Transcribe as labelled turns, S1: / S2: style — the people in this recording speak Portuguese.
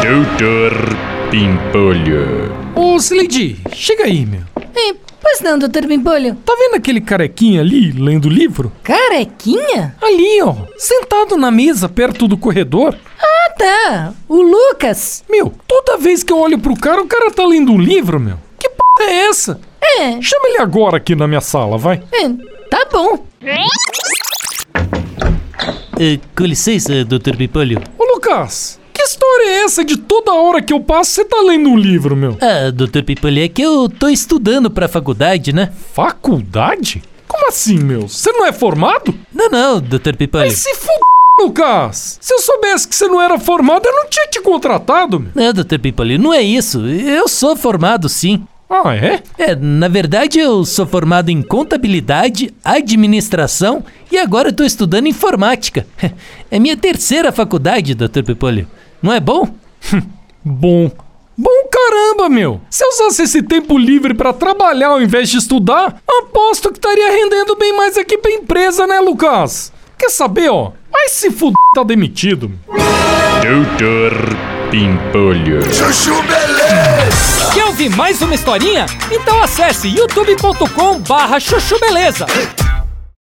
S1: Doutor Pimpolho.
S2: Ô, Sileidi, chega aí, meu.
S3: É, pois não, doutor Pimpolho.
S2: Tá vendo aquele carequinha ali, lendo o livro?
S3: Carequinha?
S2: Ali, ó, sentado na mesa perto do corredor.
S3: Ah, tá. O Lucas.
S2: Meu, toda vez que eu olho pro cara, o cara tá lendo um livro, meu. Que p é essa?
S3: É,
S2: Chama ele agora aqui na minha sala, vai.
S3: é, tá bom.
S4: Eh, com licença, Dr. Pipolho.
S2: Ô, Lucas, que história é essa de toda hora que eu passo você tá lendo um livro, meu?
S4: Ah, Dr. Pipolho, é que eu tô estudando pra faculdade, né?
S2: Faculdade? Como assim, meu? Você não é formado?
S4: Não, não, Dr. Pipolho.
S2: Mas se f***, Lucas! Se eu soubesse que você não era formado, eu não tinha te contratado, meu.
S4: Não, Dr. Pipolho, não é isso. Eu sou formado, sim.
S2: Ah, é?
S4: É, na verdade eu sou formado em contabilidade, administração e agora eu tô estudando informática. É minha terceira faculdade, Dr. Pipolho. Não é bom?
S2: Bom. Bom caramba, meu! Se eu usasse esse tempo livre pra trabalhar ao invés de estudar, aposto que estaria rendendo bem mais aqui pra empresa, né, Lucas? Quer saber, ó? Vai se fuder, tá demitido. meu.
S1: Doutor Pimpolho.
S5: Quer ouvir mais uma historinha? Então acesse youtube.com barra chuchu beleza.